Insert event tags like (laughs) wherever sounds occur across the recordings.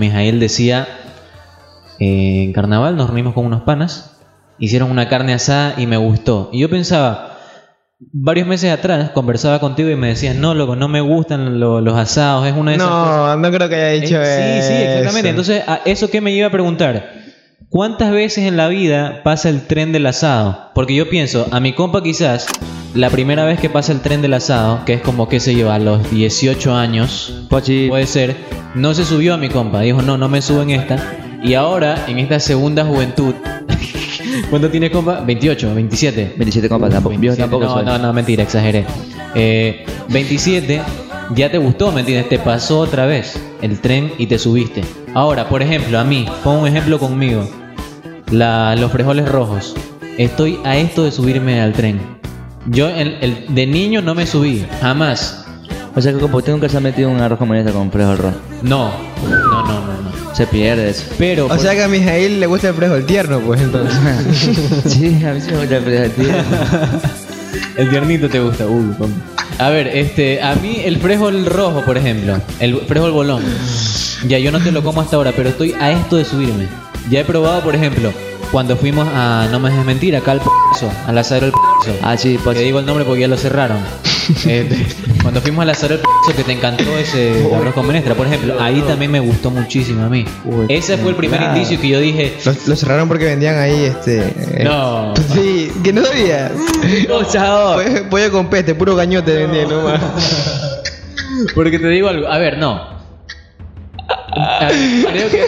Mijael decía, eh, en carnaval nos reunimos con unos panas, hicieron una carne asada y me gustó. Y yo pensaba, varios meses atrás conversaba contigo y me decías, no, loco, no me gustan lo- los asados, es una de esas cosas". No, no creo que haya dicho Eh, sí, sí, exactamente. eso. Entonces, a eso que me iba a preguntar. ¿Cuántas veces en la vida pasa el tren del asado? Porque yo pienso, a mi compa quizás, la primera vez que pasa el tren del asado, que es como, qué sé yo, a los 18 años, Pochi, puede ser, no se subió a mi compa. Dijo, no, no me subo en esta. Y ahora, en esta segunda juventud, (laughs) ¿cuánto tienes compa? 28, 27. 27 compas, tampoco, yo 27, tampoco no, soy. no, no, mentira, exageré. Eh, 27, ya te gustó, ¿me entiendes? Te pasó otra vez el tren y te subiste. Ahora, por ejemplo, a mí, pon un ejemplo conmigo. La- los frijoles rojos. Estoy a esto de subirme al tren. Yo el- el- de niño no me subí, jamás. O sea que como usted nunca se ha metido un arroz con mayonesa con frijol rojo. No, no, no, no. no. Se pierde eso. (laughs) Pero, O por- sea que a Mijail le gusta el frijol tierno, pues entonces. (laughs) sí, a mí sí me gusta el frijol, (laughs) tío. el tiernito te gusta. Uy, cómo. a ver, este, a mí el frijol rojo, por ejemplo, el frijol bolón. Ya yo no te lo como hasta ahora, pero estoy a esto de subirme. Ya he probado, por ejemplo, cuando fuimos a, no me dejes mentir, acá al p***zo, al asado del p***zo. Ah, sí, Te Pochi. digo el nombre porque ya lo (laughs) cerraron. Este, cuando fuimos al asado del p***zo, que te encantó ese arroz con menestra, por ejemplo, ahí también me gustó muchísimo a mí. Uy, Ese fue el primer claro. indicio que yo dije, Lo, lo cerraron porque vendían ahí este. eh, (laughs) no, Sí, que no sabía. escuchador. Pollo- Pollo con peste, puro gañote (laughs) vendían nomás. Porque te digo algo. A ver, no. A- Creo que.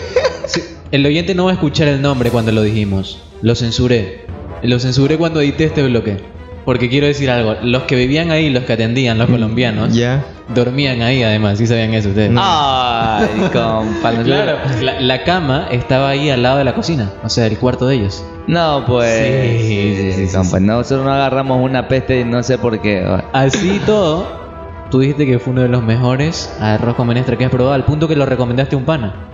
sí, El oyente no va a escuchar el nombre cuando lo dijimos. Lo censuré. Lo censuré cuando edité este bloque. Porque quiero decir algo. Los que vivían ahí, los que atendían, los colombianos, Ya. dormían ahí además. ¿Sí sabían eso ustedes? Ah, Ay, compa. no- Claro, pues, la, la cama estaba ahí al lado de la cocina, o sea, del cuarto de ellos. No, pues. Sí, sí, sí, sí, compa. Nosotros no agarramos una peste y no sé por qué. Así y todo, tú dijiste que fue uno de los mejores arroz con menestra que has probado, al punto que lo recomendaste a un pana.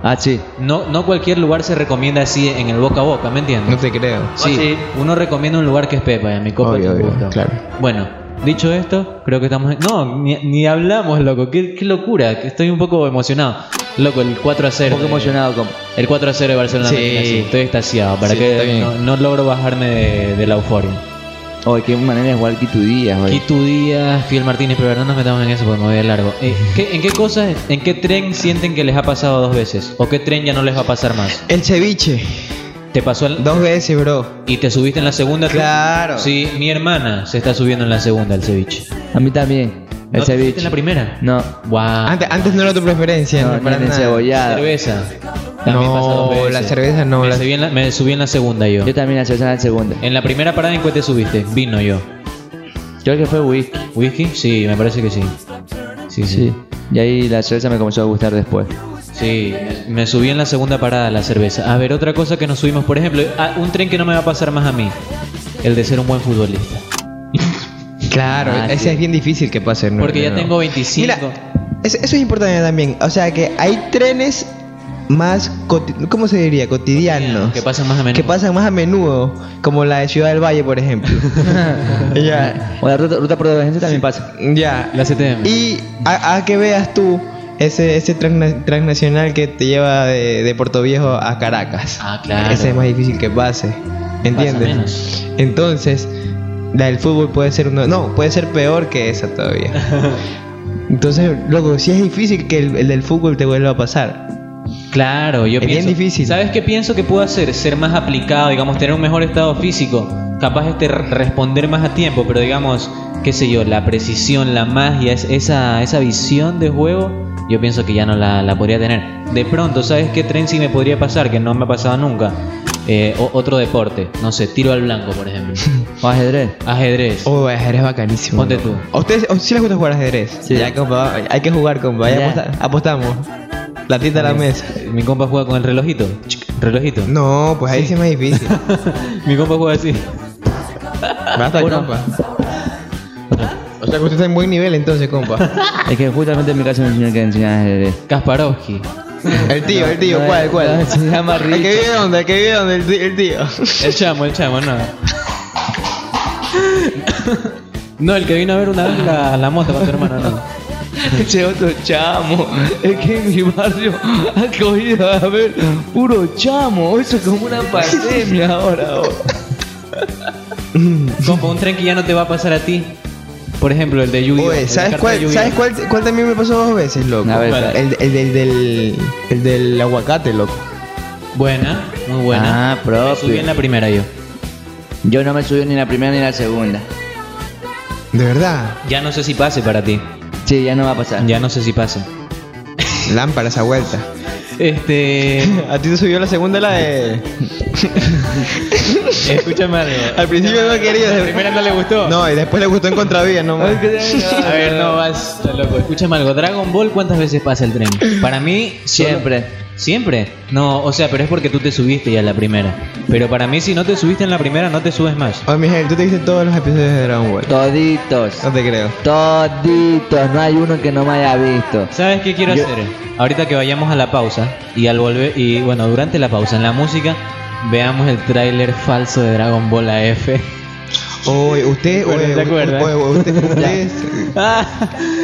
Ah, sí. No, no cualquier lugar se recomienda así en el boca a boca, ¿me entiendes? No te creo. Sí, Ah, sí. uno recomienda un lugar que es Pepa, y a mi copa Obvio, te obvio, gusta. claro. Bueno, dicho esto, creo que estamos... en- No, ni, ni hablamos, loco, qué, qué locura, que estoy un poco emocionado. Loco, el 4 a 0. Un poco de- emocionado, compa. El 4 a 0 de Barcelona. Sí. Argentina, sí, estoy extasiado, para Sí, está que bien. no, no logro bajarme de, de la euforia. Oye, qué manera de jugar aquí tu día, oye. Quito Díaz, Fiel Martínez, pero no nos metamos en eso porque me voy de largo. Eh, ¿qué- ¿En qué cosas, en qué tren sienten que les ha pasado dos veces? ¿O qué tren ya no les va a pasar más? El ceviche. ¿Te pasó el, Dos veces, bro. ¿Y te subiste en la segunda? tú? Claro. Sí, mi hermana se está subiendo en la segunda al ceviche. A mí también. El ¿No te subiste ceviche. en la primera? No. Wow. Antes, antes no era tu preferencia, No, no, para ni en nada. cebollada. cerveza. También pasa dos No, veces. la cerveza no. Me, la- subí en la, me subí en la segunda yo. Yo también la cebolla en el segundo. En la primera parada en qué te subiste. Vino yo. Creo que fue whisky. ¿Whisky? Sí, me parece que sí. Sí, sí. Sí. Y ahí la cerveza me comenzó a gustar después. Sí, me- me subí en la segunda parada la cerveza. A ver, otra cosa que nos subimos, por ejemplo, ah, un tren que no me va a pasar más a mí. El de ser un buen futbolista. Claro, Ah, ese sí. es bien difícil que pase. ¿no? Porque ya No, no. tengo 25. Mira, es- eso es importante también. O sea que hay trenes más, coti- ¿cómo se diría? Cotidianos. Que pasan más a menudo. que pasan más a menudo, como la de Ciudad del Valle, (laughs) por ejemplo. ya, O la ruta, ruta Providencia también pasa. ya. La CTM. Y a, a que veas tú ese, ese transna- transnacional que te lleva de, de Puerto Viejo a Caracas. Ah, claro. Ese es más difícil que pase. ¿Entiendes? menos. Entonces, la del fútbol puede ser uno. No, puede ser peor que esa (laughs) todavía. Entonces, loco, si es difícil que el, el del fútbol te vuelva a pasar. Claro, yo Es bien pienso. difícil. ¿Sabes qué pienso que puedo hacer? Ser más aplicado, digamos, tener un mejor estado físico. Capaz este r- responder más a tiempo, pero digamos, qué sé yo, la precisión, la magia, es- esa, esa visión de juego, yo pienso que ya no la, la podría tener. De pronto, ¿sabes qué tren sí me podría pasar? Que no me ha pasado nunca. Eh, o- otro deporte, no sé, tiro al blanco, por (laughs) ejemplo. O ajedrez. Ajedrez. Oh, ajedrez bacanísimo. Ponte tú. ¿A ustedes a ustedes sí les gusta jugar ajedrez? Sí. Ya, compa, hay que jugar, compa. Ya Ya. aposta- apostamos. Platita a la mesa. Mi compa juega con el relojito. Chic, Relojito. No, pues ahí sí es más difícil. (laughs) Mi compa juega (laughs) así. Basta, Bueno. compa. O sea que usted está en buen nivel entonces, compa. Es que justamente en mi casa me enseñó que enseñaba ajedrez. Kasparovsky. El tío, el tío, No, ¿cuál, no, cuál? se llama El que Richard. vive donde, el que vive donde, el tío. El (laughs) tío. El chamo, el chamo, no. No, el que vino a ver una vez la, la moto con tu hermano, no. Ese otro chamo. Es que en mi (laughs) barrio ha cogido a ver puro chamo. Eso es como una pandemia ahora. vos. Compa, un tren que ya no te va a pasar a ti. Por ejemplo, el de Yu-Gi-Oh! el Oye, de ¿sabes cartas de cuál, Yu-Gi-Oh! ¿sabes cuál, cuál también me pasó dos veces, loco? A ver. El, el del, del, el del aguacate, loco. Buena, muy buena. Ah, Me subí propio. en la primera yo. Yo no me subí ni la primera ni la segunda. De verdad. Ya no sé si pase para ti. Sí, ya no va a pasar. Ya no sé si pase. Lámparas a vuelta. Este. (laughs) A ti te subió la segunda la de. Escúchame algo. Al principio no quería. La primera no le gustó. No, y después le gustó en contravía, no más. A ver, no vas, loco. Escúchame algo. Dragon Ball, ¿cuántas veces pasa el tren? Para mí, solo- Siempre. Siempre. No, o sea, pero es porque tú te subiste ya en la primera. Pero para mí, si no te subiste en la primera, no te subes más. Oye, Miguel, tú te viste todos los episodios de Dragon Ball. Toditos. No te creo. Toditos. No hay uno que no me haya visto. ¿Sabes qué quiero Yo- hacer? Ahorita que vayamos a la pausa y al volver y bueno, durante la pausa en la música veamos el tráiler falso de Dragon Ball AF. Oye, usted, Bueno, oye, ¿te acuerdas? oye, oye, usted- (laughs) ustedes, Ah,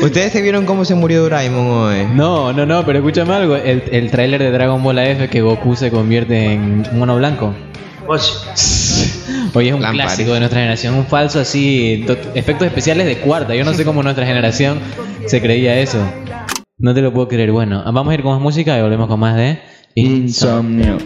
ustedes se vieron cómo se murió Doraemon hoy. no, no, no, pero escúchame algo, el, el tráiler de Dragon Ball AF que Goku se convierte en mono blanco. (laughs) Oye, es un Lampard. clásico de nuestra generación, un falso así, to- efectos especiales de cuarta. Yo no sé cómo nuestra generación se creía eso. No te lo puedo creer. Bueno, vamos a ir con más música y volvemos con más de Insomnio.